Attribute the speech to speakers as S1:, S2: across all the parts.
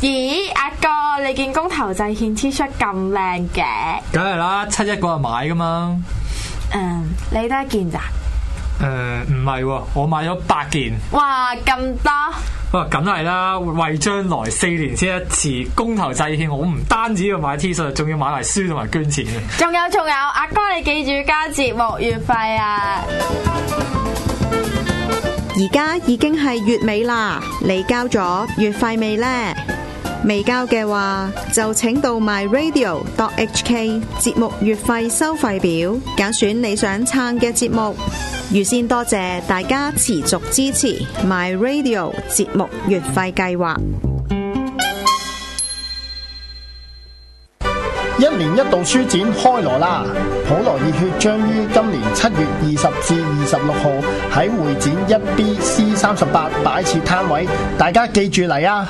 S1: 咦，阿哥，你件公投制憲 T 恤咁靚嘅，
S2: 梗係啦，七一嗰日買噶嘛。
S1: 嗯，你得一件咋？
S2: 誒唔係喎，我買咗八件。
S1: 哇，咁多！
S2: 哇，梗係啦，為將來四年先一次公投制憲，我唔單止要買 T 恤，仲要買埋書同埋捐錢嘅。
S1: 仲有仲有，阿哥你記住交節目月費啊！
S3: 而家已經係月尾啦，你交咗月費未呢？未交嘅話，就請到 myradio.hk 節目月費收費表，揀選你想撐嘅節目。預先多謝大家持續支持 myradio 節目月費計劃。
S4: 一年一度書展開鑼啦！普羅熱血將於今年七月二十至二十六號喺會展一 B C 三十八擺設攤位，大家記住嚟啊！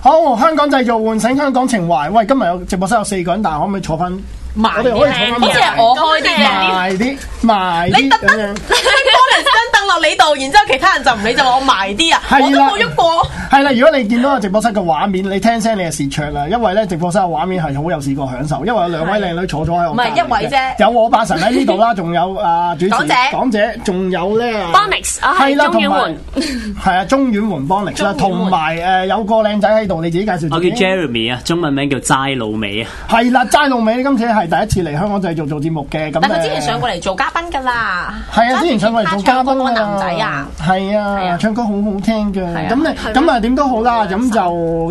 S4: 好，香港製造喚醒香港情懷。喂，今日有直播室有四個人，但係可唔可以坐翻？
S5: 慢
S4: 我哋可以坐翻
S5: 好似係我開啲嘅。
S4: 埋啲，埋啲
S5: 你特
S4: 咁
S5: 登
S4: 樣。
S5: 幫人張凳落你度，然之後其他人就唔理，就話我埋啲啊，我
S4: 係
S5: 都
S4: 啦
S5: 冇喐過。
S4: 係啦，如果你見到個直播室嘅畫面，你聽聲你係視桌啦，因為咧直播室嘅畫面係好有視覺享受，因為有兩位靚女坐咗喺我
S5: 唔係
S4: 隔離
S5: 一位
S4: 嘅
S5: 啫
S4: 有我八神喺呢度啦，仲有啊主持
S5: 港姐
S4: 港姐，仲有咧啊
S6: Bonix，我係
S4: 係啦
S6: 鍾遠
S4: 同埋
S6: 媛
S4: 係啊，中遠門 Bonix 啦，同埋誒有個靚仔喺度，你自己介紹自己。
S7: 我叫 Jeremy 啊，中文名叫齋老尾啊。
S4: 係啦，齋路尾今次係第一次嚟香港製造做節目嘅，咁
S5: 但佢之
S4: 誒
S5: 前上過嚟做嘉賓㗎啦，
S4: 係啊，之前上過嚟做嘉賓
S5: 嗰個
S4: 啊
S5: 男仔啊，，
S4: 係
S5: 係
S4: 啊
S5: 啊，
S4: 唱歌好好聽嘅。
S5: 係啊
S4: 咁你咁啊點都好啦，咁就誒，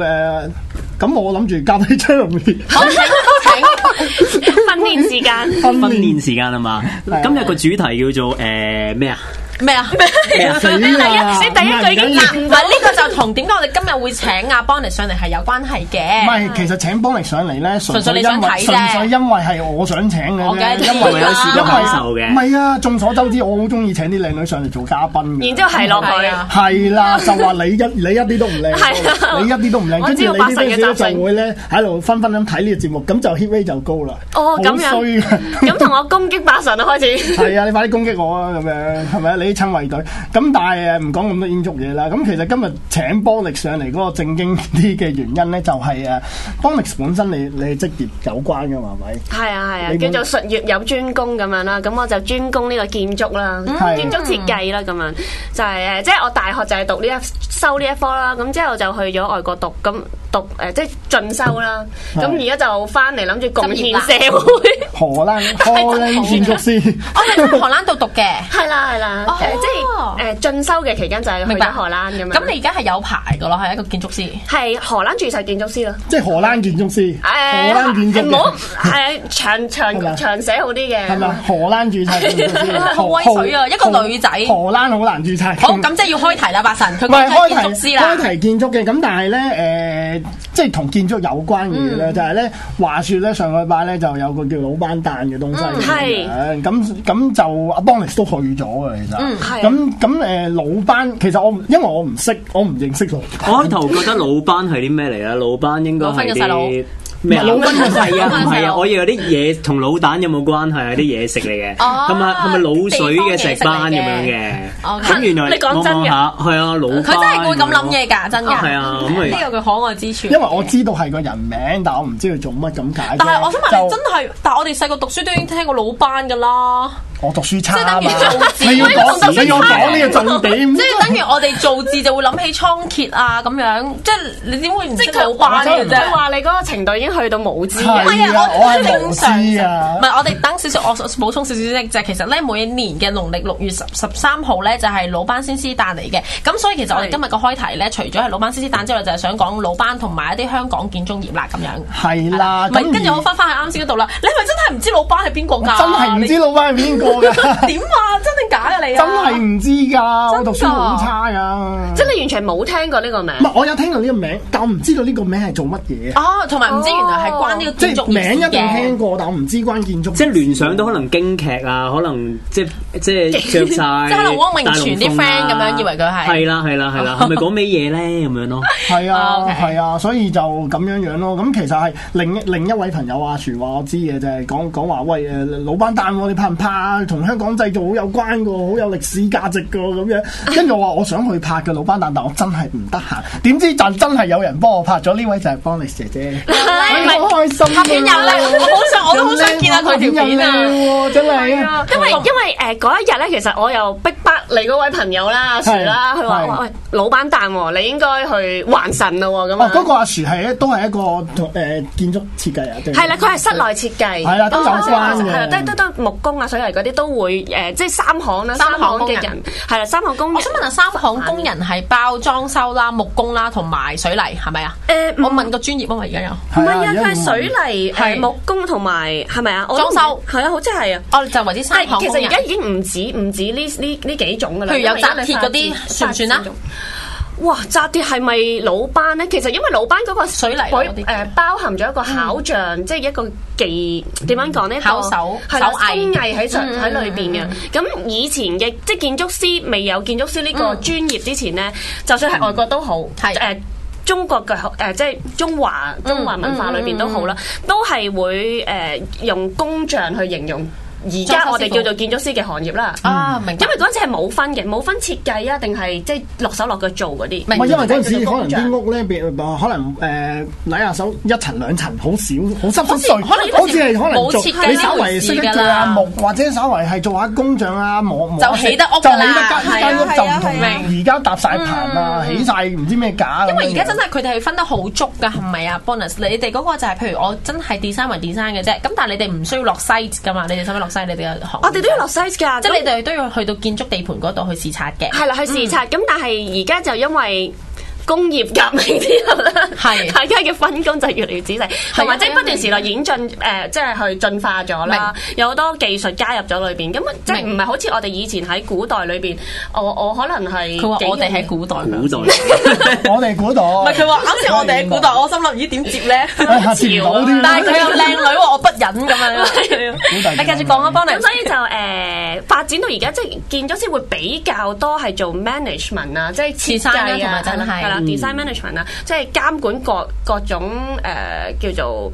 S4: 咁我諗住交低 Jeremy
S5: 好請請
S6: 訓練時間。
S4: 訓
S7: 訓
S4: 練
S7: 練時間啊嘛，
S4: 嗯係啊
S7: 今日個主題叫做誒咩啊？
S5: 咩啊？
S7: 咩 啊
S4: 死啦！
S6: 你第一句已經
S4: 唔緊要
S5: 唔係呢個就同點解我哋今日會請阿 Bonnie 上嚟係有關係
S4: 唔
S5: 嘅。
S4: 係，其實請邦力上嚟咧，
S5: 純
S4: 純
S5: 粹
S4: 粹
S5: 你
S4: 因
S5: 想
S4: 為
S5: 睇啫
S4: 純粹因為係我想請嘅
S5: 我梗係
S4: 啫，
S5: 知
S4: 因為
S7: 啦
S4: 因為
S7: 我有試過
S4: 唔係啊，眾所周知，我好中意請啲靚女上嚟做嘉賓嘅。
S6: 然之後係落
S5: 係
S6: 去，
S5: 啊
S4: 係啦，就話你一 你一啲都唔靚，
S6: 係啊
S4: 你一啲都唔靚，
S6: 我
S4: 跟住
S6: 知道
S4: 你啲
S6: 八神
S4: fans 咧
S6: 嘅習性
S4: 就會咧喺度紛紛咁睇呢個節目，咁就 hit rate 就高啦。
S6: 哦咁
S4: 好衰啊
S6: 樣，
S4: 嘅
S6: 咁同我攻擊八神啊開始。
S4: 係啊，你快啲攻擊我啊，咁樣係咪啊？你啲親衛隊咁，但係誒呃唔講咁多煙燭嘢啦。咁其實今日請邦力上嚟嗰個正經啲嘅原因咧，就係 誒邦力本身你你職業有關嘅嘛，係咪？
S6: 係啊係啊，
S4: 你冇
S6: 叫做術業有專攻咁樣啦，咁我就專攻呢個建築啦，
S4: 係
S6: 建築設計啦咁樣，就係誒，呃即係我大學就係讀呢一修呢一科啦，咁之後就去咗外國讀，咁讀誒即係進修啦，咁
S4: 係
S6: 而家就翻嚟諗住貢
S5: 執業
S6: 獻
S5: 啦
S6: 社會，
S4: 荷蘭荷蘭建 築師，
S5: 我哋喺荷蘭度讀 嘅，
S6: 係啦係啦，誒
S5: 哦
S6: 即係誒呃進修嘅期間就係去
S5: 明白
S6: 咗荷蘭咁樣，嗯
S5: 咁你而家係有牌㗎咯，係一個建築師。
S6: 係荷蘭註冊建築師咯。
S5: 哎
S4: 即係荷蘭建築師，荷蘭建築
S6: 呃唔好
S4: 嘅
S6: 誒長
S4: 係咪
S6: 長長寫好啲嘅，
S4: 係咪啊荷蘭註冊建築師？
S5: 好威水 啊
S4: 荷
S5: 一個女仔
S4: 荷蘭好難註冊。
S5: 好，咁即係要開題啦，八神，佢
S4: 唔
S5: 講
S4: 係開
S5: 咗
S4: 題
S5: 建築師
S4: 開
S5: 啦。
S4: 題建築嘅，咁但係咧誒，即係同建築有關嘅嘢
S5: 嗯
S4: 咧，就係咧話說咧上個禮拜咧就有個叫老班蛋嘅
S5: 嗯
S4: 東西咁樣，咁咁就阿 Bonix 都去咗嘅其
S5: 嗯
S4: 實，
S6: 係
S5: 啊
S4: 咁咁誒老班其實我唔因為我唔識，我唔認識老
S5: 嗯
S4: 班。
S7: 我開頭覺得老班係啲咩嚟啊？老班應該係
S5: 老班嘅細
S7: 啲咩啊？
S4: 老班嘅細
S7: 係啊，
S5: 老
S7: 唔
S5: 班嘅細
S7: 係
S5: 佬
S7: 啊，我以為啲嘢同老蛋有冇關係啊？啲嘢食嚟嘅，
S5: 哦
S7: 咁啊係咪滷水嘅石斑咁
S5: 地
S7: 樣
S5: 方嘢哦
S7: 嘅？
S5: OK
S7: 咁原來
S6: 你講真嘅
S7: 望望下，係啊，老班
S5: 佢真係會咁諗嘢㗎，真
S6: 哦
S5: 㗎。
S7: 係啊咁咪
S5: 呢個佢可愛之處。
S4: 因為我知道係個人名，但我唔知佢做乜咁解啫。
S5: 但係我想問你
S4: 就
S5: 真係，但係我哋細個讀書都已經聽過老班㗎啦。
S4: 我讀書差啊嘛
S5: 即係等於做，字
S4: 你要
S5: 我讀
S4: 講
S5: 書
S4: 你要
S5: 差
S4: 講呢個重點
S5: 即。係等於我哋造字就會諗起倉頡啊咁樣，即係你點會唔識老班嘅啫
S6: 佢？話你嗰個程度已經去到無知嘅。
S4: 係啊，我係無知啊
S5: 唔。係，我哋等少少，我補充少少先，就係其實咧每年嘅農曆六月十十三號咧，就係魯班先師誕嚟嘅。咁所以其實我哋今日個開題咧，除咗係魯班先師誕之外，就係想講魯班同埋一啲香港建築業啦咁樣。
S4: 係啦，
S5: 唔係
S4: 咁
S5: 跟住
S4: 而
S5: 我翻翻去啱先嗰度啦。你係咪真係唔知魯班係邊個
S4: 我
S5: 㗎？
S4: 真係唔知老闆 係邊個
S5: 你
S4: 㗎，
S5: 點啊？真定假㗎你啊？
S4: 真係唔知㗎，我讀書
S6: 真㗎
S4: 好差啊㗎。
S6: 即係你完全冇聽過呢個名
S4: 唔。係，我有聽過呢個名，但我唔知道呢個名係做乜嘢。
S5: 哦，同埋唔知原來係關呢個
S4: 即
S5: 建築業
S4: 係名一
S5: 事
S4: 定聽
S5: 嘅。
S4: 過，但我唔知關建築。
S7: 即係聯想到可能京劇啊，可能即係即係著 晒，
S5: 即係可能汪明荃啲 friend 咁樣以為佢係
S7: 啊係啦係啦 係啦，係咪講咩嘢咧咁樣咯？
S4: 係啊，
S5: OK
S4: 係啊，所以就咁樣樣咯。咁其實係另另一位朋友阿樹話我知嘅，就係講講話喂誒老班蛋喎，你怕唔怕？同香港製造好有關嘅，好有歷史價值嘅咁 樣。跟住我話我想去拍嘅老班蛋，但我真係唔得閒。點知就真係有人幫我拍咗，呢位就係邦力姐姐，哎好開心啊！
S5: 片有咧，我好想我都好想見下佢條片
S4: 有
S5: 啊！
S4: 靚喎！真係啊！
S6: 因為因為誒嗰一日咧，其實我又逼迫你嗰位朋友啦，阿樹啦，
S4: 係
S6: 佢話
S4: 係
S6: 喂老闆蛋喎，你應該去還神咯喎咁
S4: 哦，嗰
S6: 樣。
S4: 個阿樹係一都係一個同誒建築設計啊，對
S6: 係啦，佢係室內設計，
S4: 係啦都有關嘅
S6: 係啦都都都木工啊、水泥嗰啲都會誒，即係三行啦，
S5: 三
S6: 三
S5: 行
S6: 行
S5: 工
S6: 嘅
S5: 人
S6: 人係啦，三行工人。
S5: 我想問下，三行工人係包裝修啦、木工啦同埋水泥係咪啊？
S6: 誒，
S5: 我
S6: 唔
S5: 問個專業啊嘛，而家有，
S6: 唔係啊，
S4: 而家
S6: 佢係
S4: 咁
S6: 水泥、
S5: 係
S6: 誒木工同埋係咪啊？我都唔
S5: 裝修
S6: 係啊，好似係啊。
S5: 我就為之三行
S6: 其
S5: 工
S6: 實而
S5: 人
S6: 家。已經唔止唔止呢呢呢幾種噶啦，
S5: 譬如有
S6: 因為而家
S5: 紮鐵嗰啲
S6: 你發
S5: 算唔
S6: 展
S5: 算啊？
S6: 哇！紮鐵係咪老班咧？其實因為老班嗰個
S5: 水泥啊嗰啲
S6: 誒、包含咗一個考像，即係一個技點樣講呢？
S5: 考手
S6: 係啦
S5: 手藝
S6: 工藝喺
S5: 嗯
S6: 上喺裏邊嘅。咁以前嘅即係建築師未有建築師呢個專業之前咧，就算係外國都好，
S5: 嗯係嗯
S6: 誒中國嘅誒、即係中華中華文化裏邊都好啦，都係會誒、用工匠去形容而家我哋叫做建築師嘅行業啦。
S5: 啊，明白
S6: 因為嗰陣時係冇分嘅，冇分設計啊，定係即係落手落腳做嗰啲。
S5: 明
S4: 唔係因為嗰陣時可
S6: 就
S4: 能
S6: 係叫做
S4: 啲屋咧，變可能誒攆下手一層兩層，好少，好濕濕
S5: 好似可能嗰
S4: 碎，
S5: 時
S4: 好似係可能
S5: 冇
S4: 做
S5: 設計呢
S4: 你稍
S5: 回
S4: 為
S5: 事
S4: 識得
S5: 㗎
S4: 做
S5: 啦
S4: 下木，或者稍為係做下工匠啊，磨磨下
S5: 就
S4: 石
S5: 起得屋
S4: 就
S5: 㗎
S4: 起
S5: 啦
S4: 得
S5: 係啊
S4: 間間屋就唔同
S5: 係啊嗯
S4: 而家搭晒棚啊，起晒唔知咩架咁樣樣。
S5: 因為而家真係佢哋係分得好足㗎，係咪啊？Bonus，你哋嗰個就係譬如我真係 design 為 design 嘅啫，咁但係你哋唔需要落 site 㗎嘛？你哋使唔使落 site？你哋嘅行業
S6: 我哋都要落 size 㗎，
S5: 即係你
S6: 哋
S5: 哋都要去到建築地盤嗰度去視察嘅。
S6: 係啦去視
S5: 嗯
S6: 察。咁但係而家就因為工業革命之後啦，
S5: 係
S6: 大家嘅分工就越嚟越仔細，同埋即係不斷時代演進
S5: 嗯
S6: 誒，即係去進化咗啦，有好多技術加入咗裏邊，咁即係
S5: 明
S6: 唔係好似我哋以前喺古代裏邊，我我可能係
S5: 佢話
S6: 幾
S5: 我哋
S6: 用
S5: 喺古代㗎，
S7: 古代
S4: 我哋估到，
S5: 唔係佢話啱先我哋喺古代，我心諗咦點接 咧？
S4: 哎呀接唔到
S6: 啊
S4: 添
S5: 但係佢又靚女喎，我不忍咁 樣。
S4: 代
S5: 你繼續講啊，幫你
S6: 咁。所以就誒、呃、發展到而家，即係建築師會比較多係做 management 啊，即係設
S5: Design
S6: 計
S5: 啦
S6: 啊，
S5: 同埋真係
S6: 係啦
S5: 嗯
S6: ，design management 啊，即係監管各各種誒、呃叫做。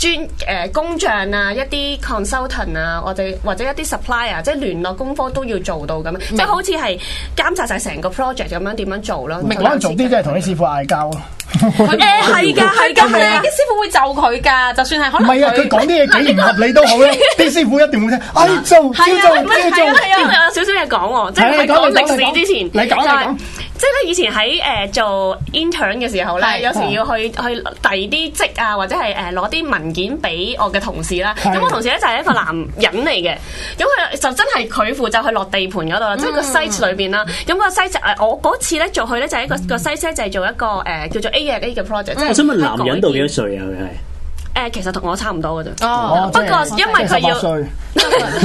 S6: 專誒、呃工匠啊，一啲 consultant 啊，我哋或者一啲 supplier，即係啊聯絡工科都要做到咁樣，即係好似係監察晒成個 project 咁樣點樣做咯。
S4: 可能做啲即係同啲師傅嗌交咯。
S5: 誒
S6: 係㗎 係㗎係啊
S5: 啲師傅會就佢㗎，就算係可
S4: 唔
S5: 能
S4: 係啊，佢講啲嘢幾唔合理都好啦，啲師傅一定會聽。哎，做，照做，
S6: 喂係
S4: 照做。
S6: 啊，因為有少少嘢講喎，即
S4: 係啊
S6: 係喺
S4: 你講
S6: 講
S4: 你講
S6: 歷史之前，
S4: 你講
S6: 就係
S4: 你講
S6: 即係咧以前喺誒做 intern 嘅時候
S5: 係
S6: 咧，有時要去去遞啲職啊，或者係誒攞啲文件俾我嘅同事啦。
S4: 係
S6: 咁我同事咧就係一個男人嚟嘅，咁佢就真係佢負責去落地盤嗰度啦，
S4: 嗯
S6: 即係個 site 裏邊啦。咁個 site 就誒我嗰次咧做去咧就係一個個 site 咧就係做一個誒叫做 A 嘅 A 嘅 project。即係
S7: 我
S4: 嗯
S7: 想問男
S6: 香港
S7: 人到幾多歲啊？佢係
S6: 誒其實同我差唔多嘅啫。
S5: 哦，
S6: 不過因為佢要
S4: 18歲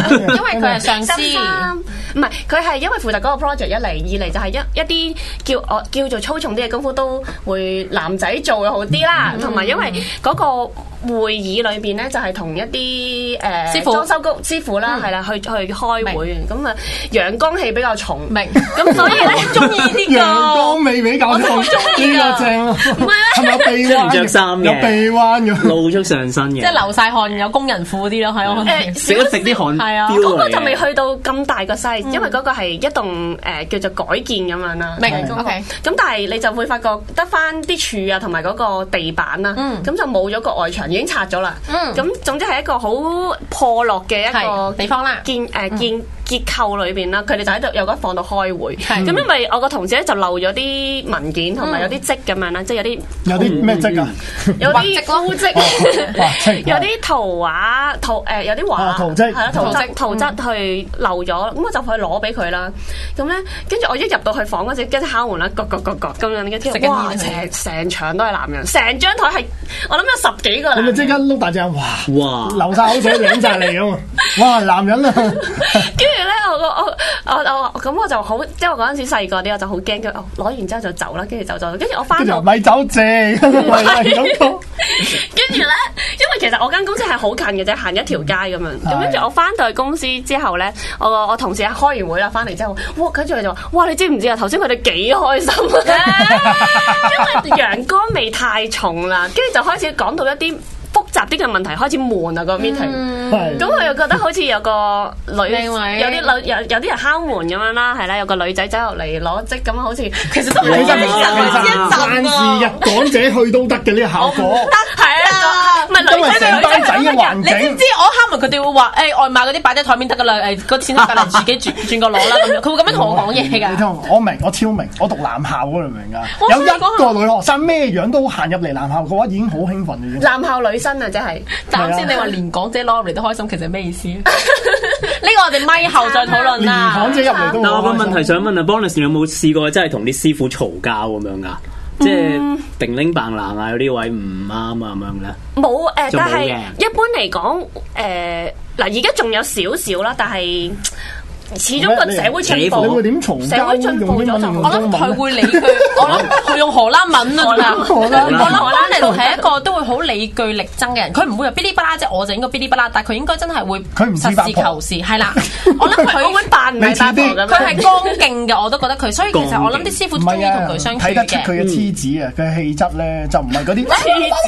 S5: 因為佢係上司。
S6: 心三唔係佢係因為負責嗰個 project 一嚟，二嚟就係一一啲叫我叫做粗重啲嘅功夫都會男仔做會好啲啦，同埋、因為嗰個會議裏邊咧就係同一啲誒、呃、
S5: 師傅
S6: 裝修工師傅啦，係啦、去去開會嘅，咁啊陽光氣比較重，
S5: 明
S6: 咁所以咧中意
S4: 陽光味比較重，呢
S6: 啊
S4: 個正咯。唔係咪有臂
S7: 即係唔
S4: 彎？
S7: 着衫嘅
S4: 有臂 彎咁。
S7: 露出上身
S5: 即
S7: 嘅，
S5: 係流晒汗有工人褲啲咯，啊喺我
S4: 嗯
S6: 誒
S7: 食一食啲汗
S5: 係啊
S7: 飆
S6: 呃嗰
S7: 落
S6: 個
S7: 嚟
S6: 就未
S7: 嘅。
S6: 去到咁大個 size，因為嗰個係一棟誒、呃叫做改建咁樣啦。
S5: 明
S6: 係
S5: OK
S6: 啊咁但係你就會發覺得翻啲柱啊，同埋嗰個地板啦，咁、就冇咗個外牆，一已經拆咗啦。
S5: 嗯
S6: 咁總之係一個好破落嘅一個
S5: 係嗯地方啦
S6: 建誒建結構裏邊啦，佢哋就喺度有間房度開會。
S5: 係嗯
S6: 咁因為我個同事咧就漏咗啲文件同埋有啲積咁樣啦，即係有啲
S4: 有啲咩職啊？
S6: 有啲
S5: 畫則咯
S6: 高積。
S4: 哇真係
S6: 有啲圖畫圖誒有啲
S4: 啊
S6: 畫
S4: 圖則
S6: 係啦圖
S5: 哦圖則嗯
S6: 則圖則去漏咗，咁我就去攞俾佢啦。咁咧，跟住我一入到去房嗰陣，跟住敲門啦，咯咯咯咯咁樣，跟
S5: 食緊
S6: 住
S5: 煙
S6: 哇，
S5: 啊
S6: 成成場都係男人，成張台係我諗有十幾個
S4: 你
S7: 嗯
S4: 咪
S6: 男
S4: 即
S6: 人。
S4: 刻碌大隻眼，哇！
S7: 哇
S4: 流晒口水，兩扎嚟 咁啊！哇，男人啊！
S6: 跟住咧，我個我我我我咁我就好，因為我嗰陣時細個啲，我就好驚，跟住我攞完之後就走啦，跟住就走，跟住我翻
S4: 跟住
S6: 到
S4: 話。咪走 借，咪咁講。
S6: 啊跟住咧，因為其實我間公司係好近嘅啫，行一條街咁樣。
S4: 係
S6: 咁跟住我翻到去公司之後咧，我個我同事開完會啦，翻嚟之後，哇！跟住佢就話：哇！你知唔知啊？頭先佢哋幾開心啊！因為陽光味太重啦，跟住就開始講到一啲複雜啲嘅問題，開始悶啊個 meeting。
S4: 係
S6: 咁佢又覺得好似有個女，
S5: 靚女
S6: 有啲女有有啲人敲門咁樣啦，係啦，有個女仔走入嚟攞職咁樣，好似其實都
S4: 其
S6: 係啊
S4: 實
S6: 女仔
S4: 其實萬事日港者去都得嘅呢個效果，
S6: 係啊，唔係
S4: 因
S6: 女
S4: 為
S6: 仔
S4: 成
S6: 女仔
S4: 班仔嘅
S5: 你
S4: 環
S5: 知唔
S4: 境
S5: 知。我敲門佢哋會話誒外賣嗰啲擺低台面得噶啦，誒個錢就隔離自己 轉轉個攞啦咁樣，佢會咁樣同我講嘢
S4: 你
S5: 㗎。
S4: 聽我，我明，我超明，我讀男校嗰度明噶，
S5: 我
S4: 有
S5: 想
S4: 一
S5: 講
S4: 個女學生咩樣都行入嚟男校嘅話，已經好興奮嘅。
S6: 男校女生啊，真係。
S5: 但啱先你話連港姐攞入嚟都開心，其實咩意思？ 呢個我哋咪後再討論
S4: 連
S5: 啦
S4: 港。姐入嚟都
S7: 但我
S4: 好開
S7: 個
S4: 心
S7: 問題想問啊，Bonus 你有冇試過真係同啲師傅嘈交咁樣噶？
S5: 嗯
S7: 即係定拎棒冷啊，有啲位唔啱啊咁樣咧。
S6: 冇誒，
S7: 就冇
S6: 但係
S7: 嘅
S6: 一般嚟講，誒嗱，而家仲有少少啦，但係始終個社會進
S7: 你
S4: 你
S6: 步
S4: 會。點嘈
S6: 社
S4: 交？
S6: 會進
S4: 用
S6: 步咗
S4: 英文
S6: 就
S4: 定
S5: 我
S4: 用
S5: 諗佢
S4: 中文咧？
S5: 會理 佢，我諗佢用荷蘭文啊，我諗
S4: 荷蘭文
S5: 我諗 Bonus 係一個都會好理據力爭嘅人，佢唔會話嗶哩吧啦啫，我就應該嗶哩吧啦，但係佢應該真係會
S4: 佢唔知八
S5: 實事
S4: 婆
S5: 求是，係啦，我諗佢
S6: 我會 扮唔係八婆咁
S5: 佢係
S6: 樣。
S5: 剛勁嘅，我都覺得佢，所以其實我諗啲師傅
S4: 唔
S5: 中意
S4: 係
S5: 同
S4: 啊，
S5: 佢相處
S4: 睇得出
S5: 嘅。
S4: 佢嘅黐子啊，佢嘅氣質咧就唔係
S5: 啊
S4: 嗰啲
S5: 係啊，即係
S4: 嗰啲咧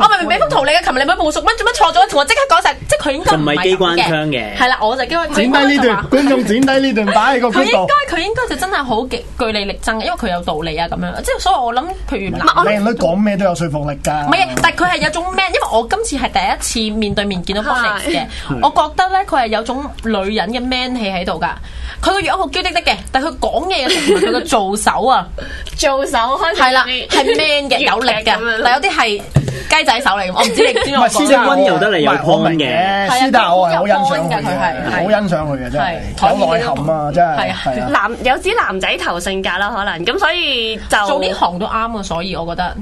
S5: 我明明俾幅圖你嘅，琴日你俾部熟蚊，做乜錯咗？同我即刻講晒，即係佢應該唔係
S7: 就唔係
S5: 咁
S7: 機關槍嘅
S5: 係啦，我就機關槍。
S4: 剪低呢段，觀眾剪低呢段擺喺個
S5: 啊佢應
S4: group 度。
S5: 該佢應該就真係好極據理力爭嘅，因為佢有道理啊咁樣。即係所以我諗，譬如嗱，我
S4: 靚女講咩都有說服力㗎。
S5: 唔係，但係佢係有種 man，因為我今次係第一次面對面見到 Bonix 嘅
S6: 係，
S4: 嗯
S5: 我覺得咧佢係有種女人嘅 man 氣喺度㗎。佢個樣好嬌滴滴嘅，但係佢講嘢嘅時候，佢個做手啊。
S6: 做手開始
S5: 係啦，係 man 嘅，有力嘅，但有啲係雞仔手嚟嘅，我唔知你知唔知我講
S4: 係師
S7: 即
S4: 姐
S7: 係
S5: 咩
S7: 溫柔得嚟有
S4: 唔係我明
S7: point 嘅
S4: 師
S5: 係啊
S4: 姐我係好欣賞
S5: 有
S4: 佢
S5: point 嘅佢係
S4: 嘅，好欣賞佢嘅真
S5: 係
S4: 係，有內涵啊真係
S5: 係啊
S4: 係啊。
S6: 男有啲男仔頭性格啦，可能咁所以就
S5: 做呢行都啱啊，所以我覺得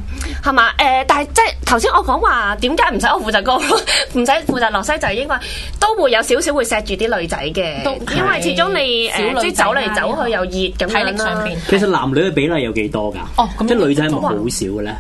S6: 係嘛？誒、但係即係頭先我講話點解唔使我負責高， 唔使負責落西，就係應該都會有少少會錫住啲女仔
S5: 都
S6: 嘅，因為始終你呃
S5: 小女
S6: 誒即係
S5: 仔
S6: 走
S5: 啦
S6: 嚟走去又熱咁
S5: 體力
S6: 樣
S5: 上
S6: 啦
S5: 邊。
S7: 其實男女嘅比例有幾多㗎？
S5: 哦咁
S7: 即係女仔係咪好少嘅咧？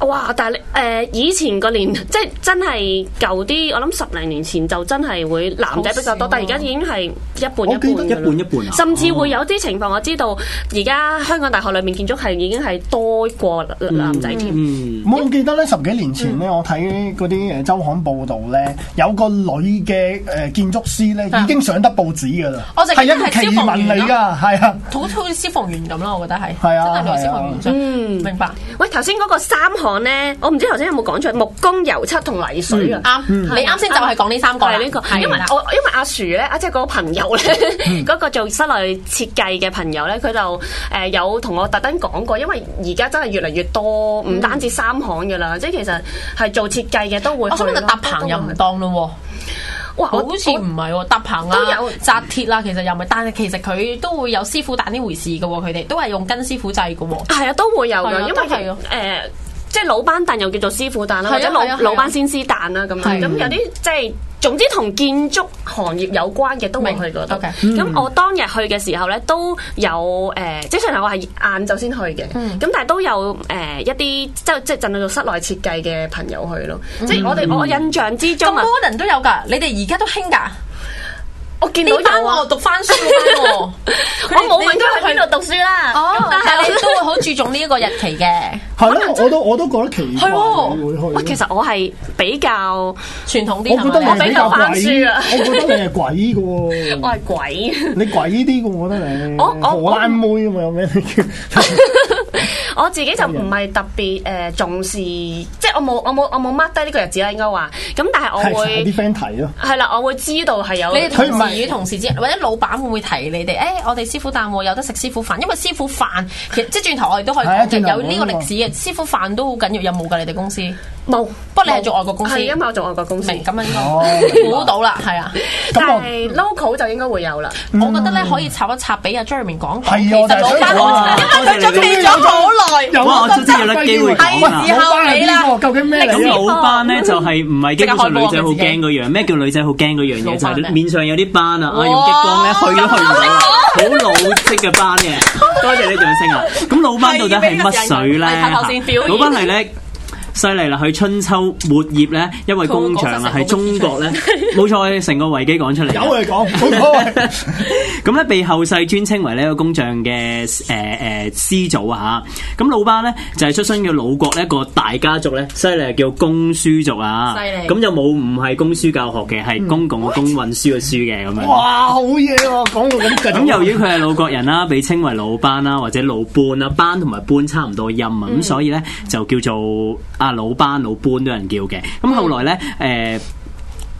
S6: 哇！但係誒、呃以前個年 即係真係舊啲，我諗十零年前就真係會男仔比較
S5: 好少啊
S6: 多，但係而家已經係一半
S4: 我記得
S6: 一
S7: 一
S6: 半㗎
S7: 半
S6: 啦
S7: 一半啊？
S6: 甚至會有啲情況，我知道而家香港大學裏面建築系已經係多過男仔添。
S7: 嗯，
S4: 我記得咧，十幾年前咧，我睇嗰啲呃誒周刊報導咧，有個女嘅誒建築師咧，已經上得報紙㗎啦，
S5: 我就
S4: 係
S5: 記得
S4: 一個
S5: 係
S4: 奇
S5: 消防
S4: 聞
S5: 員
S4: 嚟
S5: 咯
S4: 㗎，係啊，
S5: 好好似消防員咁咯，我覺得係，
S4: 係啊
S5: 真係類似消防員上，
S6: 嗯
S5: 明白
S6: 喂，頭先嗰個三項咧，我唔知頭先有冇講出木工、油漆同泥水啊。
S5: 嗯啱。你啱先就係講呢三個啦
S6: 係呢個，
S5: 係
S6: 因為
S5: 啦
S6: 我因為阿樹咧，啊即係嗰個朋友咧， 嗰個做室內設計嘅朋友咧，佢就誒有同我特登講過，因為而家真係越嚟越多，
S5: 嗯
S6: 唔單止三行噶啦，即係其實係做設計嘅都會去
S5: 我想
S6: 咯。
S5: 問就搭棚又唔當咯
S6: 哇，
S5: 喎，
S6: 我
S5: 好似唔係喎，搭棚啦
S6: 都有、
S5: 紮鐵啦，其實又唔係，但係其實佢都會有師傅蛋呢回事嘅喎，佢哋都係用跟師傅制嘅喎。
S6: 係啊，都會有
S5: 係
S6: 嘅，
S5: 啊
S6: 因為
S5: 都係啊
S6: 誒。即係老班蛋又叫做師傅蛋啦，
S5: 係啊
S6: 或者老
S5: 係啊係啊
S6: 老班先師蛋啦咁樣，咁
S5: 係
S6: 有啲即係總之同建築行業有關嘅都會去嗰度。
S5: 明
S6: 咁我當日去嘅時候咧，都有誒，即係雖然我係晏晝先去嘅，
S5: 嗯
S6: 咁但係都有誒一啲即係即係陣到室內設計嘅朋友去咯。即係我哋我印象之
S5: 嗯咁
S6: 中啊，
S5: modern 都有㗎，你哋而家都興㗎。
S6: 我見
S5: 呢
S6: 到
S5: 班
S6: 有啊
S5: 我，讀翻書嗰 班喎，
S6: 我冇問佢去邊度讀書啦。
S5: 哦，但係你都會好注重呢一個日期嘅
S4: 係咯，我都我都覺得奇怪，
S6: 係喎
S4: 你
S6: 喂
S4: 會，去
S6: 其。實我係比較，
S5: 傳統啲
S4: 我覺得
S5: 係咪？
S4: 你係比較鬼，
S6: 我比較翻書啊
S4: 我覺得你係鬼嘅喎，
S6: 我係鬼，
S4: 你鬼啲嘅喎，我覺得你
S6: 我我
S4: 荷蘭妹啊嘛，有咩你叫？
S6: 我自己就唔係特別誒重視，即係我冇我冇我冇 mark 低呢個日子啦，應該話。咁但係
S4: 係
S6: 我
S4: 係
S6: 會
S4: 啲 friend 提咯，
S6: 係啦，我會知道係有
S5: 你哋
S4: 佢唔
S5: 同
S4: 係
S5: 事與同事之間，或者老闆會唔會提你哋？誒、我哋師傅飯喎，有得食師傅飯，因為師傅飯其實即係轉頭我哋都可以
S4: 係
S5: 講
S4: 啊
S5: 嘅，
S4: 轉頭
S5: 有呢個
S4: 講啊
S5: 歷史嘅師傅飯都好緊要，有冇㗎？你哋公司
S6: 冇，
S5: 不過你係做外國公司
S6: 係因為我做外國公司，
S5: 明咁啊，應
S4: 哦
S5: 該估到啦，係啊。
S6: 但
S4: 咁我
S6: 係 local 就應該會有啦。
S5: 我覺得咧可以插一插俾阿 Jeremy 講講，
S4: 係啊
S5: 其
S4: 我就
S5: 實
S4: 係
S5: 老
S4: 想
S5: 闆 好
S4: 講啊
S7: 嗯
S5: 因為佢準備咗好耐，
S4: 有
S7: 哇我真係有得機會講啊
S4: 喂老班係邊個究竟咩
S7: 咁
S4: 嚟啊？
S7: 老班咧就係唔係基本上女仔好驚嗰樣？咩叫女仔好驚嗰樣嘢？就係面上有啲斑啊，啊用激光咧去都去唔到啊，好老式嘅斑嘅。多謝你掌聲啊！咁老班到底係乜水咧？老班係咧。犀利啦！佢春秋末葉咧，因為工場啊，喺中國咧，冇錯，成個維基講出嚟。
S4: 有嚟講，冇所謂。
S7: 咁咧被後世尊稱為呢個工匠嘅誒誒師祖啊嚇。咁老班咧就係出身嘅魯國一個大家族咧，犀利叫公輸族啊。
S5: 犀利嗯
S7: 咁就冇唔係公輸教學嘅，係公共嘅公運輸嘅輸嘅咁樣。
S4: 哇，好嘢喎！講到咁勁，
S7: 咁由於佢係魯國人啦，被稱為魯班啊啦，或者魯班啦，班同埋班差唔多音啊，
S5: 嗯
S7: 咁所以咧就叫做阿魯班、魯班都有人叫嘅。咁後來咧，誒、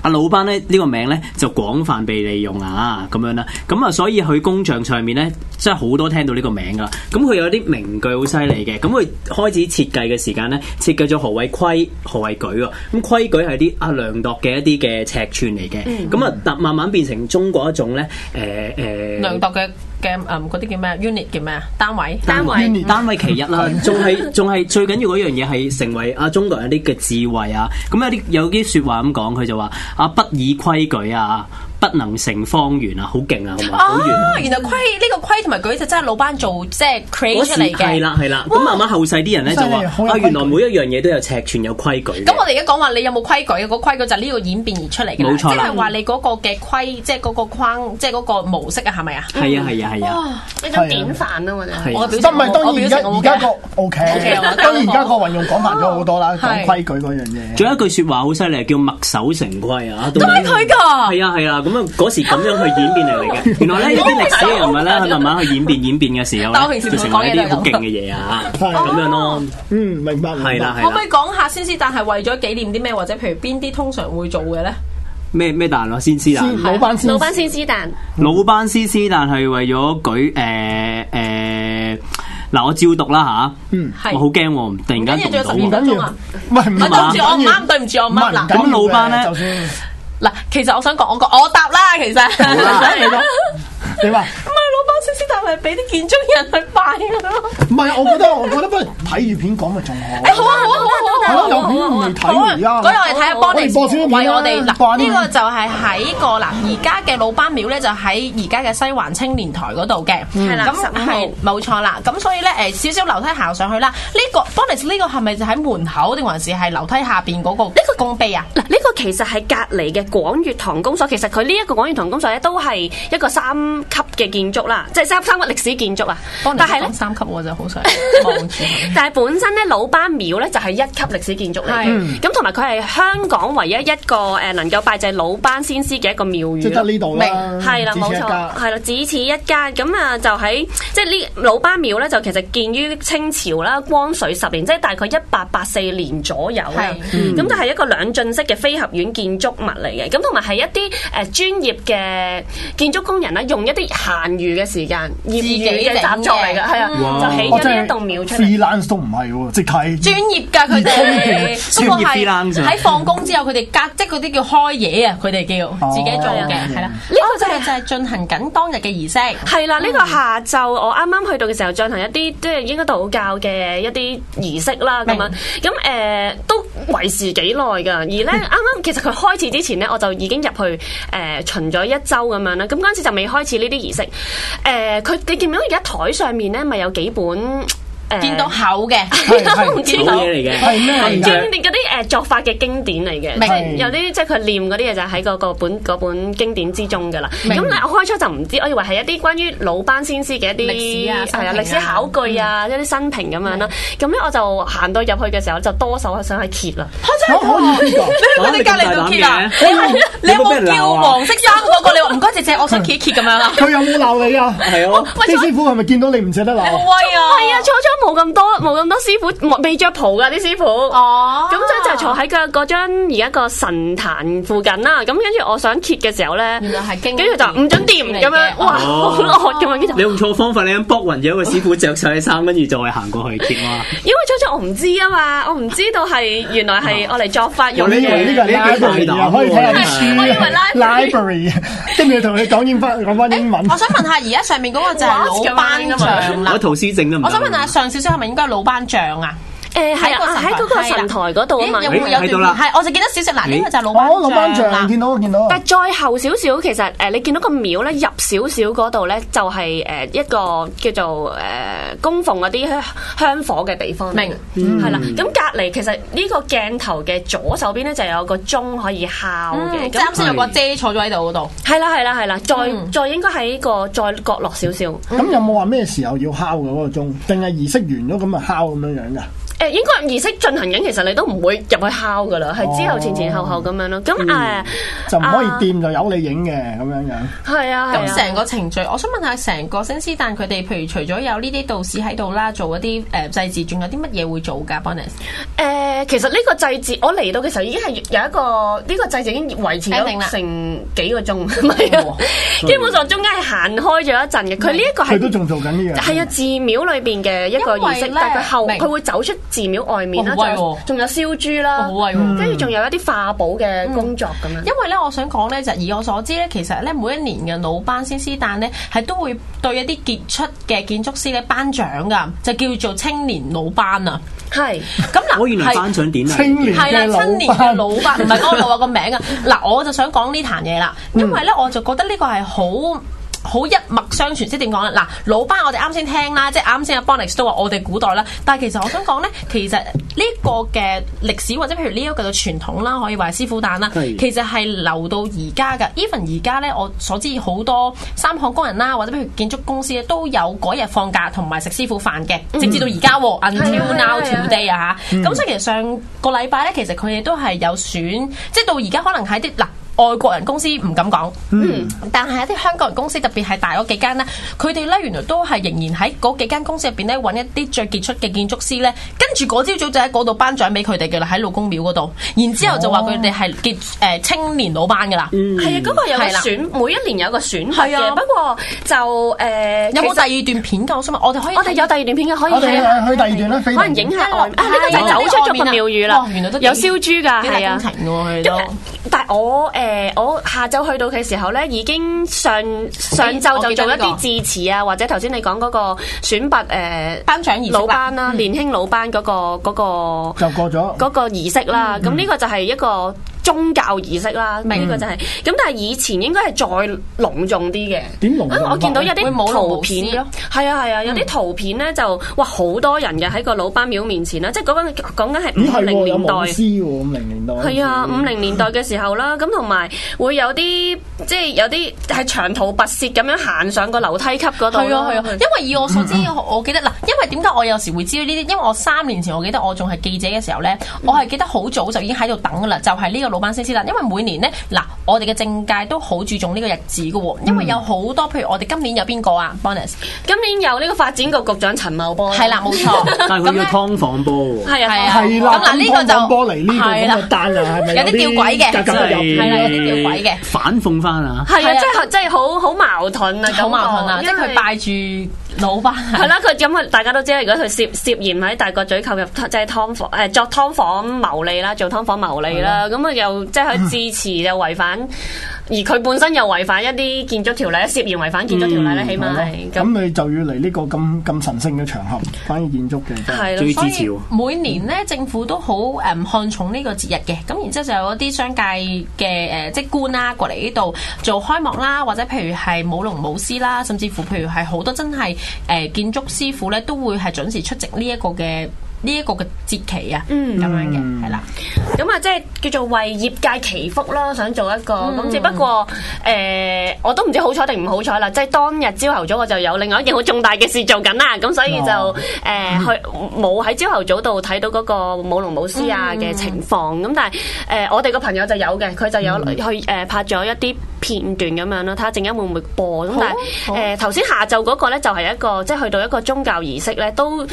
S7: 阿魯啊班咧呢個名咧就廣泛被利用啊，咁樣啦，咁啊所以佢工匠上面咧，真係好多聽到呢個名噶啦。咁佢有啲名句好犀利嘅，咁佢開始設計嘅時間咧，設計咗何謂規，何謂矩喎。咁規矩係啲啊量度嘅一啲嘅尺寸嚟嘅，咁啊、但慢慢變成中國一種咧誒誒
S5: 量度嘅嘅
S6: à,
S5: 誒嗰啲叫咩 unit 叫咩啊單位嗯
S7: 單位單位其一啦，仲係仲係最緊要嗰樣嘢係成為啊中國人啲嘅智慧啊，咁有啲有啲説話咁講，佢就話啊不以規矩啊，不能成方圓啊，好勁啊，好嘛，好圓啊
S5: 哦，。原來規呢個規同埋矩就真係老班做即係 create
S7: 嗰
S5: 出
S7: 時
S5: 嚟
S7: 係
S5: 嘅。
S7: 啦係啦，咁慢慢後世啲人咧就
S4: 犀
S7: 話
S4: 利好有
S7: 啊，
S4: 規矩
S7: 原來每一樣嘢都有尺寸有規矩嘅。
S5: 咁我哋而家講話你有冇規矩？個規矩就係呢個演變而出嚟嘅啦，
S7: 冇
S5: 即
S7: 錯啦
S5: 係話你嗰個嘅規，即係嗰個框，即係嗰個模式啊，係咪啊？
S7: 係啊係啊係啊，
S6: 呢種典範啊，我哋
S7: 係
S5: 我
S7: 啊
S5: 嘅
S4: 得
S5: 表
S4: 唔係
S5: 情好，我
S4: 當
S5: 表
S4: 然而
S5: 情
S4: 家
S5: 好
S4: 而
S5: OK
S4: 家
S5: 啊
S4: 個 O K，
S5: 我覺得
S4: 當然而家個運用廣泛咗好多啦，
S5: 係
S4: 講規矩嗰樣嘢。
S7: 仲有一句説話好犀利，叫墨守成規啊，都
S5: 都係佢㗎。
S7: 係啊係啊，咁啊嗰時咁樣去演變嚟 嘅。原來咧呢啲歷史人物咧，佢慢慢去演變演變嘅時候
S5: 但我平
S7: 咧，
S5: 時
S7: 就
S5: 同佢
S7: 成
S5: 講
S7: 為
S5: 嘢
S7: 一
S5: 都
S7: 啲
S5: 係
S7: 好
S5: 咁
S7: 勁嘅嘢啊，
S4: 係
S7: 咁樣咯，
S4: 嗯，明白。明白
S7: 係啦係
S5: 可唔可
S7: 啦
S5: 以，講下先知但係為咗紀念啲咩，或者譬如邊啲通常會做嘅咧？
S7: 咩咩蛋咯，先師蛋
S4: 先，老班先，
S6: 老班先知但
S7: 老班師師蛋係為咗舉誒誒。嗱，我照讀啦
S4: 嗯
S7: 吓，
S5: 係
S7: 我好驚喎，突然間讀
S5: 跟住仲有
S7: 唔
S4: 唔
S7: 到喎。
S4: 緊要，唔係唔
S5: 啊對
S4: 緊
S5: 唔住，
S4: 要
S5: 我唔啱，對唔住，我唔
S4: 唔係
S5: 啱
S4: 唔
S5: 嗱
S4: 緊要嘅
S7: 咁老班呢
S4: 就算
S5: 嗱，其實我想講，我講我答啦，其實。
S7: 啦你講
S4: 你話
S5: 唔係老班先知但係俾啲建築人去拜㗎咯。
S4: 唔係，我覺得我覺得不如睇住片講咪仲好。
S5: 好啊好啊好啊好啊好啊好啊好啊
S4: 好啊有片未睇而家
S5: 嗰日我哋睇下幫
S4: 我哋播少少
S5: 你
S4: 片
S5: 為
S4: 啦
S5: 我哋
S4: 慣
S5: 嗱
S4: 啦
S5: 呢個就係喺個嗱而家嘅老班廟咧，就喺而家嘅西環青年台嗰度嘅，係
S6: 啦
S5: 咁
S6: 15號
S5: 係冇錯啦。咁所以咧誒少少樓梯行上去啦。呢個 bonus 呢個係咪就喺門口定還是係樓梯下邊嗰個呢個公碑啊？
S6: 嗱，呢個其實係隔離嘅廣粵堂公所，其實佢呢一個廣粵堂公所咧，都係一個三級嘅建築啦，即係三三級歷史建築啊。
S5: 幫你
S6: 但係咧
S5: 講，三級我就好 想望住佢。
S6: 但係本身咧，老班廟咧就係一級歷史建築嚟嘅，咁同埋佢係香港唯一一個誒能夠拜祭老班先師嘅一個廟宇
S4: 即係得
S6: 咯。
S4: 呢度啦，
S6: 係啦，
S4: 只
S6: 冇
S4: 此一
S6: 錯，
S4: 家
S6: 係啦，只此一家。咁啊，就喺即係呢老班廟咧，就其實建於清朝啦，光緒十年，即係大概一八八四年左右啦。
S5: 係
S4: 嗯
S6: 咁就係一個兩進式嘅非合院建築物嚟嘅，咁同埋係一啲誒、呃、專業嘅建築工人咧，用一啲閒餘嘅時間、業餘嘅習作嚟嘅，係啊，
S7: 哇
S6: 就起
S4: 我
S6: 咗
S4: 真
S6: 呢
S4: 哦係
S6: 一棟廟出嚟。
S4: freelance 都唔係喎，即係
S5: 專業㗎佢哋，
S7: 專
S5: 不過
S7: 業
S5: 係
S7: freelancer
S5: 喺放工之後，佢哋隔即係嗰啲叫開嘢啊，佢哋叫自己做嘅，係啦。呢個就係就係進行緊當日嘅儀式，
S6: 係啦，呢、個下晝我啱啱去到嘅時候，進行一啲即係應該道教嘅一啲儀式啦，咁樣咁誒、呃都維持幾耐㗎。而咧啱啱其實佢開始之前咧，我就已經入去誒、呃巡咗一周咁樣啦。咁嗰陣時就未開始呢啲儀式。誒、佢你見唔見到而家台上面咧咪有幾本？誒、誒
S5: 見到 厚嘅，
S4: 係係
S6: 唔知
S7: 好
S6: 道
S7: 嘢嚟嘅，
S4: 係咩嚟
S6: 經
S4: 㗎？
S6: 典嗰啲誒作法嘅經典嚟嘅，即
S5: 啊嗯
S6: 係有啲即係佢念嗰啲嘢就喺嗰個本嗰本經典之中㗎啦。咁我開初就唔知，我以為係一啲關於魯班先師嘅一
S5: 歷史啊
S6: 啲
S5: 生平
S6: 係
S5: 啊嗯
S6: 歷史考據啊，一啲生平咁樣啦。咁咧我就行到入去嘅時候就多手想去揭啦。
S4: 我可以㗎，
S5: 我哋隔離度揭啊！你有冇叫黃色衫嗰個？你話唔該姐姐，我想揭一揭咁樣啦。
S4: 佢有冇鬧你啊？
S7: 係咯，
S4: 啲師傅係咪見到你唔捨得
S5: 好
S4: 鬧？
S5: 威啊！
S6: 係啊，初初冇咁多冇咁多師傅冇未着袍㗎啲師傅。
S5: 哦，
S6: 咁所以就坐喺佢嗰張而家個神壇附近啦，咁跟住我想揭嘅時候咧，
S5: 原來係經典
S6: 跟住就唔准掂咁
S5: 嚟嘅
S6: 樣，哇
S7: 哦
S6: 好惡咁樣，跟住
S7: 你用錯方法，你咁卜暈咗個師傅着晒衫，跟住就係行過去揭嘛。
S6: 因為初初我唔知啊嘛，我唔知道係原來
S5: 哦
S6: 係我嚟作法用
S4: 你以為呢
S6: 嘅。
S4: 個係 library 啊？可以睇下啲
S7: 我以為
S4: 書啊 library，跟住啊同佢講英翻講翻英文。
S5: 我想問下，而家上面嗰個就係老班像啦
S7: 攞。圖書證都唔得。
S5: 我想問下，上少少係咪應該係老班像啊？
S6: 誒係啊，喺嗰個神台嗰度啊嘛
S5: 咦有。冇有
S7: 哎喺度啦哎
S5: 段？係，我就記得少少。嗱，呢個就係老班
S4: 哦，老班
S5: 像啦
S4: 像見。到見到，
S6: 但係再後少少，其實誒你見到個廟咧入少少嗰度咧，就係誒一個叫做誒供奉嗰啲香香火嘅地方。
S5: 明
S6: 係啦，咁隔離其實呢個鏡頭嘅左手邊咧就有個鐘可以敲嘅，
S5: 嗯，即
S6: 咁
S5: 係啱先有個姐坐咗喺度嗰度。
S6: 係啦係啦係啦，再
S5: 嗯
S6: 再應該喺個再角落少少。
S4: 咁有冇話咩時候要敲嘅嗰個鐘？定係儀式完咗咁啊敲咁樣樣㗎？
S6: 誒應該儀式進行緊，其實你都唔會入去敲噶啦，係之後前前後後咁樣咯。咁誒
S4: 就唔可以
S6: 啊
S4: 掂就由你影嘅咁樣樣。
S6: 係啊，係
S5: 咁
S6: 啊。
S5: 成個程序，我想問下成個新斯但佢哋，譬如除咗有呢啲道士喺度啦，做一啲誒祭祀，仲有啲乜嘢會做㗎？Bonus
S6: 誒，呃其實呢個祭節，我嚟到嘅時候已經係有一個呢個祭節已經維持
S5: 一定啦
S6: 咗成幾個鐘，唔係啊， 基本上中間係行開咗一陣嘅。佢呢一個
S4: 佢都
S6: 係。
S4: 仲做緊呢樣。
S6: 係啊，寺廟裏邊嘅一個儀
S5: 因為
S6: 式，
S5: 咧
S6: 但係佢後
S5: 明
S6: 佢會走出寺廟外面啦，
S5: 哦好
S6: 仲
S5: 威
S6: 有
S5: 喎
S6: 仲有燒豬啦
S5: 好威
S4: 嗯
S5: 喎，嗯
S6: 跟住仲有一啲化寶嘅工作咁樣
S5: 因。為咧，我想講咧，就以我所知咧，其實咧每一年嘅老班先師誕咧，係都會對一啲傑出嘅建築師咧頒獎㗎，就叫做青年老班啊。
S6: 係
S5: 咁嗱，
S7: 哎我原來頒獎典禮
S4: 青年
S5: 係啦，
S4: 嘅
S5: 親年
S4: 老
S5: 嘅老
S4: 班，
S5: 伯唔係嗰個老伯個名啊。嗱，我就想講呢壇嘢啦，因為咧我就覺得呢個係好。好一脈相傳，即係點講咧？嗱，老班我哋啱先聽啦，即係啱先阿 Bonix 都話我哋古代啦，但係其實我想講咧，其實呢個嘅歷史或者譬如呢一個嘅傳統啦，可以話係師傅誕啦，
S7: 係
S5: 其實係留到而家㗎。even 而家咧，我所知好多三項工人啦，或者譬如建築公司咧，都有嗰日放假同埋食師傅飯嘅，直至到而家喎，until
S6: 係啊
S5: now
S6: 係啊
S5: today。地啊嚇。咁、所以其實上個禮拜咧，其實佢哋都係有選，即係到而家可能喺啲嗱。外國人公司唔敢講，嗯，但係一啲香港人公司，特別係大嗰幾間咧，佢哋咧原來都係仍然喺嗰幾間公司入邊咧揾一啲最傑出嘅建築師咧，跟住嗰朝早就喺嗰度頒獎俾佢哋嘅啦，喺老公廟嗰 度，然之後就話佢哋
S4: 哦
S5: 係傑誒青年老班嘅啦，
S6: 係啊，嗰個有個
S5: 係啦
S6: 選，每一年有個選拔
S5: 係啊
S6: 嘅，不過就誒
S5: 有冇
S6: 其實
S5: 第二段片㗎？我想問，我哋可以
S6: 我哋有第二段片嘅可以
S4: 我哋
S6: 睇下。
S4: 去去第二段啦，飛
S6: 可能影
S4: 下。
S6: 下外，啊呢個就走出咗個廟宇啦
S5: 哦，原來都幾
S6: 有燒豬㗎，
S5: 幾
S6: 係
S5: 大工。
S6: 啊
S5: 程喎，佢哋
S6: 咁
S5: 都。
S6: 但係我誒我下晝去到嘅時候咧，已經上上晝就做一啲致辭啊，或者頭先你講嗰個選拔誒
S5: 頒獎儀式啦啊嗯
S6: 老班啦，年輕老班嗰個嗰個
S4: 就過
S5: 哦
S4: 咗
S6: 嗰個儀式啦，
S5: 嗯
S6: 咁呢個就係一個宗教儀式啦，呢個就係咁，但係以前應該係再隆重啲嘅。
S4: 點隆重
S6: 啊
S4: 法
S6: 我見到有
S5: 會
S6: 啲
S5: 舞龍
S6: 圖
S5: 舞獅
S6: 片
S5: 咯，
S6: 係啊係啊，
S5: 嗯
S6: 有啲圖片咧就哇好多人嘅喺個老班廟面前啦，即係嗰陣講緊
S4: 咦
S6: 係五
S4: 係
S6: 零
S4: 喎，有
S6: 年
S4: 舞
S6: 代。
S5: 啊
S4: 獅喎，五零年代。
S6: 係啊，五零年代嘅時候啦，咁同埋會有啲即係有啲係長途跋涉咁樣行上個樓梯級嗰度咯。
S5: 係啊係啊，因為以我所
S4: 嗯
S5: 知，我我記得嗱，因為點解我有時會知道呢啲？因為我三年前我記得我仲係記者嘅時候咧，
S4: 嗯
S5: 我係記得好早就已經喺度等噶啦，就係、呢個老闆先師啦。因為每年咧嗱，我哋嘅政界都好注重呢個日子嘅喎，因為有好多譬如我哋今年有邊個啊，bonus
S6: 今年有呢個發展局局長陳茂波。
S5: 係啊啦，，冇錯。
S7: 但係
S5: 咁
S7: 佢
S5: 咧
S7: 叫劏房煲喎。
S6: 係
S5: 係
S6: 啊，
S5: 啊
S4: 哦 係啦，
S5: 咁嗱呢個就
S4: 玻璃呢個
S5: 係啦
S4: 咁嘅單啊，係咪
S5: 有啲吊詭嘅
S4: 格格
S7: 真
S4: 不入
S5: 係
S7: 係
S5: 啦有啲吊詭嘅
S7: 反諷翻啊！
S6: 係
S5: 係啊
S6: 啊，即係即係好好矛盾啊，
S5: 好矛盾啊！即係佢拜住老闆
S6: 係啦，佢咁啊，大家都知啦。如果佢涉涉嫌喺大角咀購入即係劏房誒作劏房牟利啦，做劏房牟利啦，咁啊有又即係佢自持又違反，而佢本身又違反一啲建築條例，涉嫌違反建築條例咧，起碼係
S4: 係咯咁你就要嚟呢個咁咁神聖嘅場合，反而建築嘅真係
S6: 係
S7: 仲
S6: 咯。
S7: 要
S5: 所
S7: 支持
S5: 以
S7: 喎。
S5: 每年咧，政府都好誒、嗯看重呢個節日嘅，咁然之後就有一啲商界嘅誒、呃即係官啦過嚟呢度做開幕啦，或者譬如係舞龍舞獅啦，甚至乎譬如係好多真係誒、呃建築師傅咧都會係準時出席呢一個嘅呢一個嘅節期啊，咁、樣嘅係啦。
S6: 咁啊，即係叫做為業界祈福咯，想做一個咁，只不過誒、呃我都唔知好彩定唔好彩啦。即係當日朝頭早我就有另外一件好重大嘅事做緊啦，咁所以就誒
S4: 哦
S6: 去冇喺朝頭早度睇到嗰個舞龍舞獅啊嘅情況。咁、但係誒、呃我哋個朋友就有嘅，佢就有去誒、呃拍咗一啲片段咁樣咯，睇下陣間會唔會播。咁但係誒頭先下晝嗰個咧就係一個即係去到一個宗教儀式咧，都誒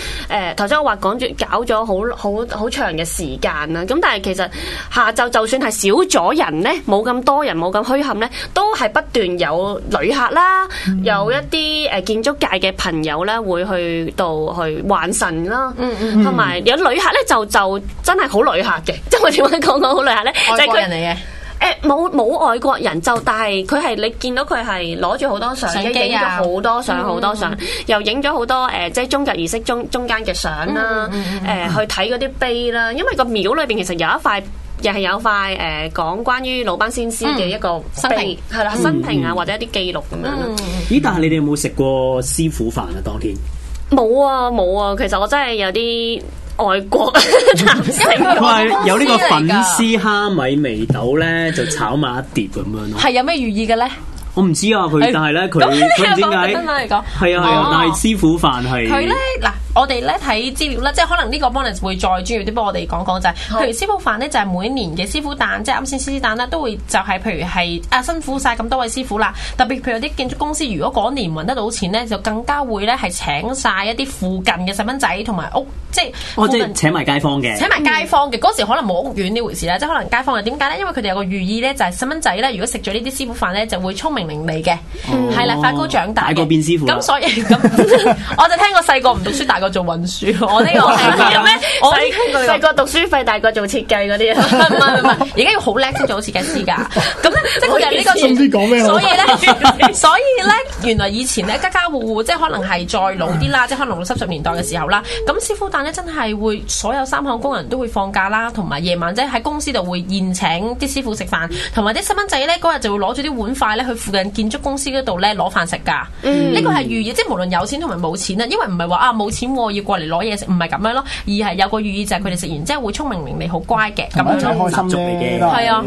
S6: 頭先我話講住搞咗好好好長嘅時間啦。咁但係其實下晝就算係少咗人咧，冇咁多人，冇咁虛冚咧，都係不斷有旅客啦，
S5: 嗯
S6: 有一啲誒建築界嘅朋友咧會去到去還神啦，
S5: 嗯
S6: 同埋有旅客咧就就真係好旅客嘅，即係我點解講講好旅客咧？就
S5: 外
S6: 係
S5: 國人
S6: 佢
S5: 嚟嘅，
S6: 誒冇冇外國人就，但係佢係你見到佢係攞住好多相
S5: 相
S6: 機，
S5: 機
S6: 影咗
S5: 啊
S6: 好多相，好多相，又影咗好多誒、呃即係宗教儀式中中間嘅相啦，
S5: 嗯
S6: 誒、去睇嗰啲碑啦，因為個廟裏邊其實有一塊。又係有塊誒、呃、講關於魯班先師嘅一個
S5: 嗯生
S6: 碑
S5: 平，嗯
S6: 係啦生平啊，或者一啲記錄咁樣啦。
S7: 咦？但係你哋有冇食過師傅飯啊？當天
S6: 冇啊冇啊，其實我真係有啲外國 男性
S5: 因為
S7: 佢話有呢個粉
S5: 絲
S7: 絲蝦米味豆咧，就炒埋一碟咁樣咯。
S5: 係有咩寓意嘅咧？
S7: 我唔知啊，佢
S5: 哎
S7: 但係咧，佢
S5: 咁你
S7: 佢唔知
S5: 有
S7: 點
S5: 講
S7: 解
S5: 真話嚟講
S7: 係啊係啊
S5: 哦，
S7: 但係師傅飯係
S5: 佢咧嗱，我哋咧睇資料咧，即係可能呢個 bonus 會再專業啲，幫我哋講講就係、譬如師傅飯咧，就係、每年嘅師傅誕，即係啱先師傅誕咧，都會就係、譬如係啊辛苦晒咁多位師傅啦，特別譬如有啲建築公司，如果嗰年揾得到錢咧，就更加會咧係請晒一啲附近嘅細蚊仔同埋屋，即係
S7: 哦，
S5: 附
S7: 即
S5: 近
S7: 係請埋街坊嘅
S5: 請。埋街坊嘅嗰時可能冇屋苑呢回事啦，即係可能街坊係點解呢？因為佢哋有個寓意呢，就係細蚊仔呢，如果食咗呢啲師傅飯呢，就會聰明伶俐嘅，係啦，快高長大嘅。
S7: 哦大個變師傅啦
S5: 咁所以 咁，我就聽過細個唔讀書，大個做運輸。我呢個
S7: 哦
S5: 係
S6: 有咩？
S5: 我
S6: 細細個讀書費，大個做設計嗰啲
S5: 唔係唔
S6: 啊。
S5: 係唔係，而家要好叻先做好設計師㗎。咁咧，即係佢哋呢個
S4: 唔知講咩好
S5: 所以咧， 所以咧，原來以前咧，家家户戶即係可能係再老啲啦，即係可能六七十年代嘅時候啦。咁師傅蛋咧真係會所有三行工人都會放假啦，同埋夜晚即係喺公司度會宴請啲師傅食飯，同埋啲細蚊仔咧嗰日就會攞住啲碗筷咧去附近建築公司嗰度咧攞飯食㗎。呢個係寓意，即係無論有錢同埋冇錢啊，因為唔係話啊冇錢喎要過嚟攞嘢食，唔係咁樣咯，而係有個寓意就係佢哋食完之後會聰明伶俐、好乖嘅咁
S4: 同埋
S5: 樣
S4: 真係
S5: 咯
S4: 開心
S7: 習俗嚟
S4: 啫，
S7: 嘅
S4: 都
S5: 係啊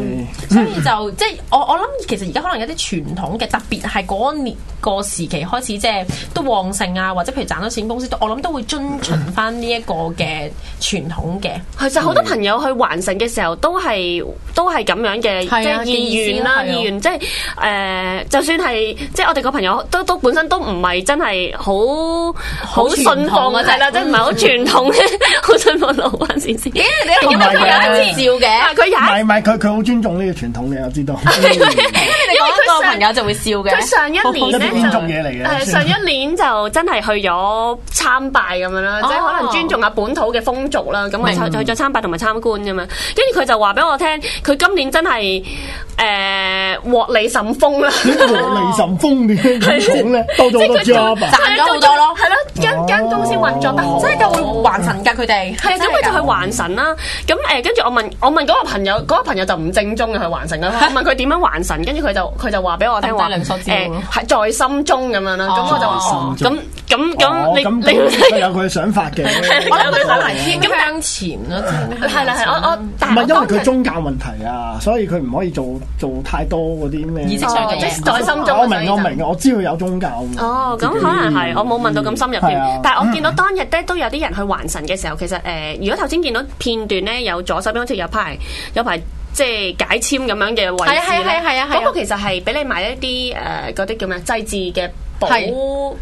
S5: 所以就即係我我諗，其實而家可能有啲傳統嘅，特別係嗰年個時期開始，即係都旺盛啊，或者譬如賺咗錢公司，都我諗都會遵循翻呢一個嘅傳統嘅。
S6: 其實
S5: 嗯
S6: 好多朋友去還神嘅時候都係都係咁樣嘅，
S5: 係啊
S6: 即係意願
S5: 嘅意思啦
S6: 啦，
S5: 啊
S6: 意願即係誒、呃就算係即係我哋個朋友都都本身都唔係真係好好
S5: 傳
S6: 信奉
S5: 統嗰隻啊
S6: 係啦，即係唔係好傳統嘅， 好信奉老班先先。
S5: 嗯咦？你
S6: 因為佢有一次
S5: 笑嘅，
S6: 啊佢有
S4: 唔
S6: 一
S4: 係唔係，佢佢好尊重呢個傳統嘅，我知道。
S5: 你
S6: 因
S5: 講
S6: 為
S5: 一
S6: 佢
S5: 個
S6: 上
S5: 朋友就會笑嘅。
S6: 佢上一年咧
S4: 一啲建築嘢嚟嘅
S6: 就誒上一年就真係去咗參拜咁樣啦，
S5: 哦
S6: 即係可能尊重下本土嘅風俗啦。咁佢就去咗參拜同埋參觀咁樣，跟住佢就話俾我聽，佢今年真係誒獲利甚豐啦。
S4: 點解和利神風嘅咁講咧？多咗好多 job 啊！
S5: 賺咗好多咯
S6: 係咯，間間公司運作得好，
S5: 真係夠會還神㗎，佢哋
S6: 係咁佢就去還神啦。咁誒，跟住我問我問嗰個朋友，嗰個朋友就唔正宗嘅去還神啦。我問佢點樣還神，跟住佢就佢就話俾我聽話
S5: 咁低能數字喎
S6: 誒係在心中咁樣啦。咁我就話
S4: 哦
S6: 咁咁
S4: 哦
S6: 咁
S4: 咁
S6: 你
S4: 佢
S6: 你
S4: 有佢嘅想法 嘅，
S5: 我諗
S6: 有佢
S5: 佢
S6: 想
S5: 可
S6: 法
S5: 能天向前咯，
S6: 係
S5: 係
S6: 啦係我我但
S4: 唔係因為
S6: 當
S4: 佢宗教問題啊，所以佢唔可以做做太多嗰啲咩哦
S5: 儀式上嘅嘢
S6: 哦即係在心中
S4: 我明我明，我知道有宗教。
S6: 哦，咁
S5: 嗯
S6: 可能係我冇問到咁深入
S4: 係啊
S6: 添，但係我見到當日咧都有啲人去還神嘅時候，其實誒、呃如果頭先見到片段咧，有左手邊好似有排有排即係解簽咁樣嘅位置
S5: 係啊係啊係啊係
S6: 咧
S5: 啊，係啊
S6: 嗰個其實係俾你買一啲誒嗰啲叫咩祭祀嘅寶
S5: 係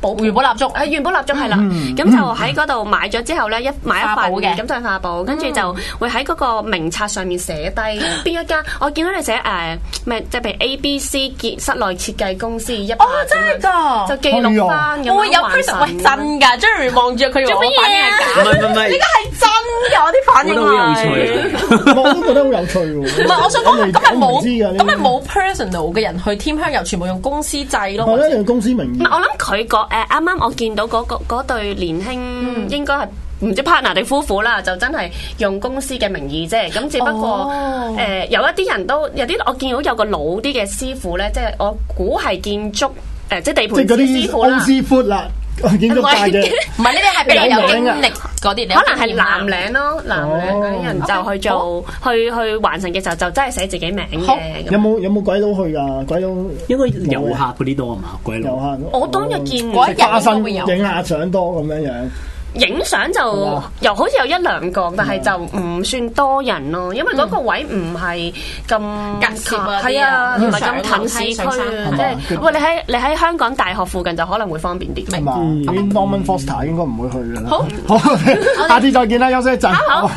S6: 寶
S5: 元寶蠟燭
S6: 係元寶蠟燭係啦，咁就喺嗰度買咗之後咧，一買一
S5: 化寶
S6: 份
S5: 嘅嗯
S6: 咁就係化寶，跟住就會喺嗰個名冊上面寫低邊一間，我見到你寫誒咩，即係譬如 A、B、C 結室內設計公司一
S5: 哦
S6: 百，
S5: 真係㗎
S6: 就。記錄翻咁樣
S5: Ờ. 我會有
S6: 還
S5: prison，喂
S6: 神
S5: 真㗎，Jerry 望住佢話我
S6: 做乜嘢啊
S5: 反應係假。
S7: 唔係
S5: 呢個係真嘅，我啲反應
S7: 唔係唔係我覺得好有趣啊
S5: 係。
S7: 嘅。
S4: 我都覺得好有趣喎。
S5: 唔係，我想
S4: 我未
S5: 講，咁咪
S4: 我唔知㗎
S5: 冇，
S4: 呢
S5: 咁咪
S4: 啲
S5: 冇 personal 嘅人去添香油，全部用公司制咯。
S4: 我
S5: 或
S4: 覺
S5: 者
S4: 得用公司名
S6: 啊唔係
S4: 義，
S6: 我諗佢個誒啱啱我見到嗰、個嗰對年輕應該係。唔知 partner 定夫婦啦，就真係用公司嘅名義啫。咁只不過誒、
S5: 哦
S6: 呃有一啲人都有啲，我見到有個老啲嘅師傅咧，即係我估係建築誒、呃即係地
S4: 即係
S6: 盤
S4: 嗰
S6: 師傅
S4: 啲
S6: 啦
S4: 公。司 food 啦，建築界嘅。
S5: 唔係呢啲係比較有經歷嗰啲，
S6: 可能係南嶺咯，南嶺嗰啲人就去做去去環城嘅時候，就真係寫自己名
S5: 好
S6: 嘅。
S4: 有
S6: 咁
S4: 冇有冇鬼佬去㗎？鬼佬遊
S7: 應該遊客嗰啲多啊嘛，鬼佬。
S4: 客，
S6: 我當日見
S5: 嗰一日
S4: 花生
S5: 應該會有
S4: 影下相多咁樣樣。
S6: 影相就
S4: 哇
S6: 又好似有一兩個，但係就唔算多人咯，因為嗰個位唔係咁
S5: 隔涉啊
S6: 係啊，
S5: 啲
S6: 唔
S5: 人
S6: 係咁近市區
S5: 上山
S6: 啊，即
S4: 係嘛
S6: 係喂你喺你喺香港大學附近就可能會方便啲。
S4: 係嘛
S7: 嗯
S4: ？Norman Foster 應該唔會去㗎啦。
S5: 好
S4: 好，下次再見啦，休息一陣。
S6: 好
S4: 好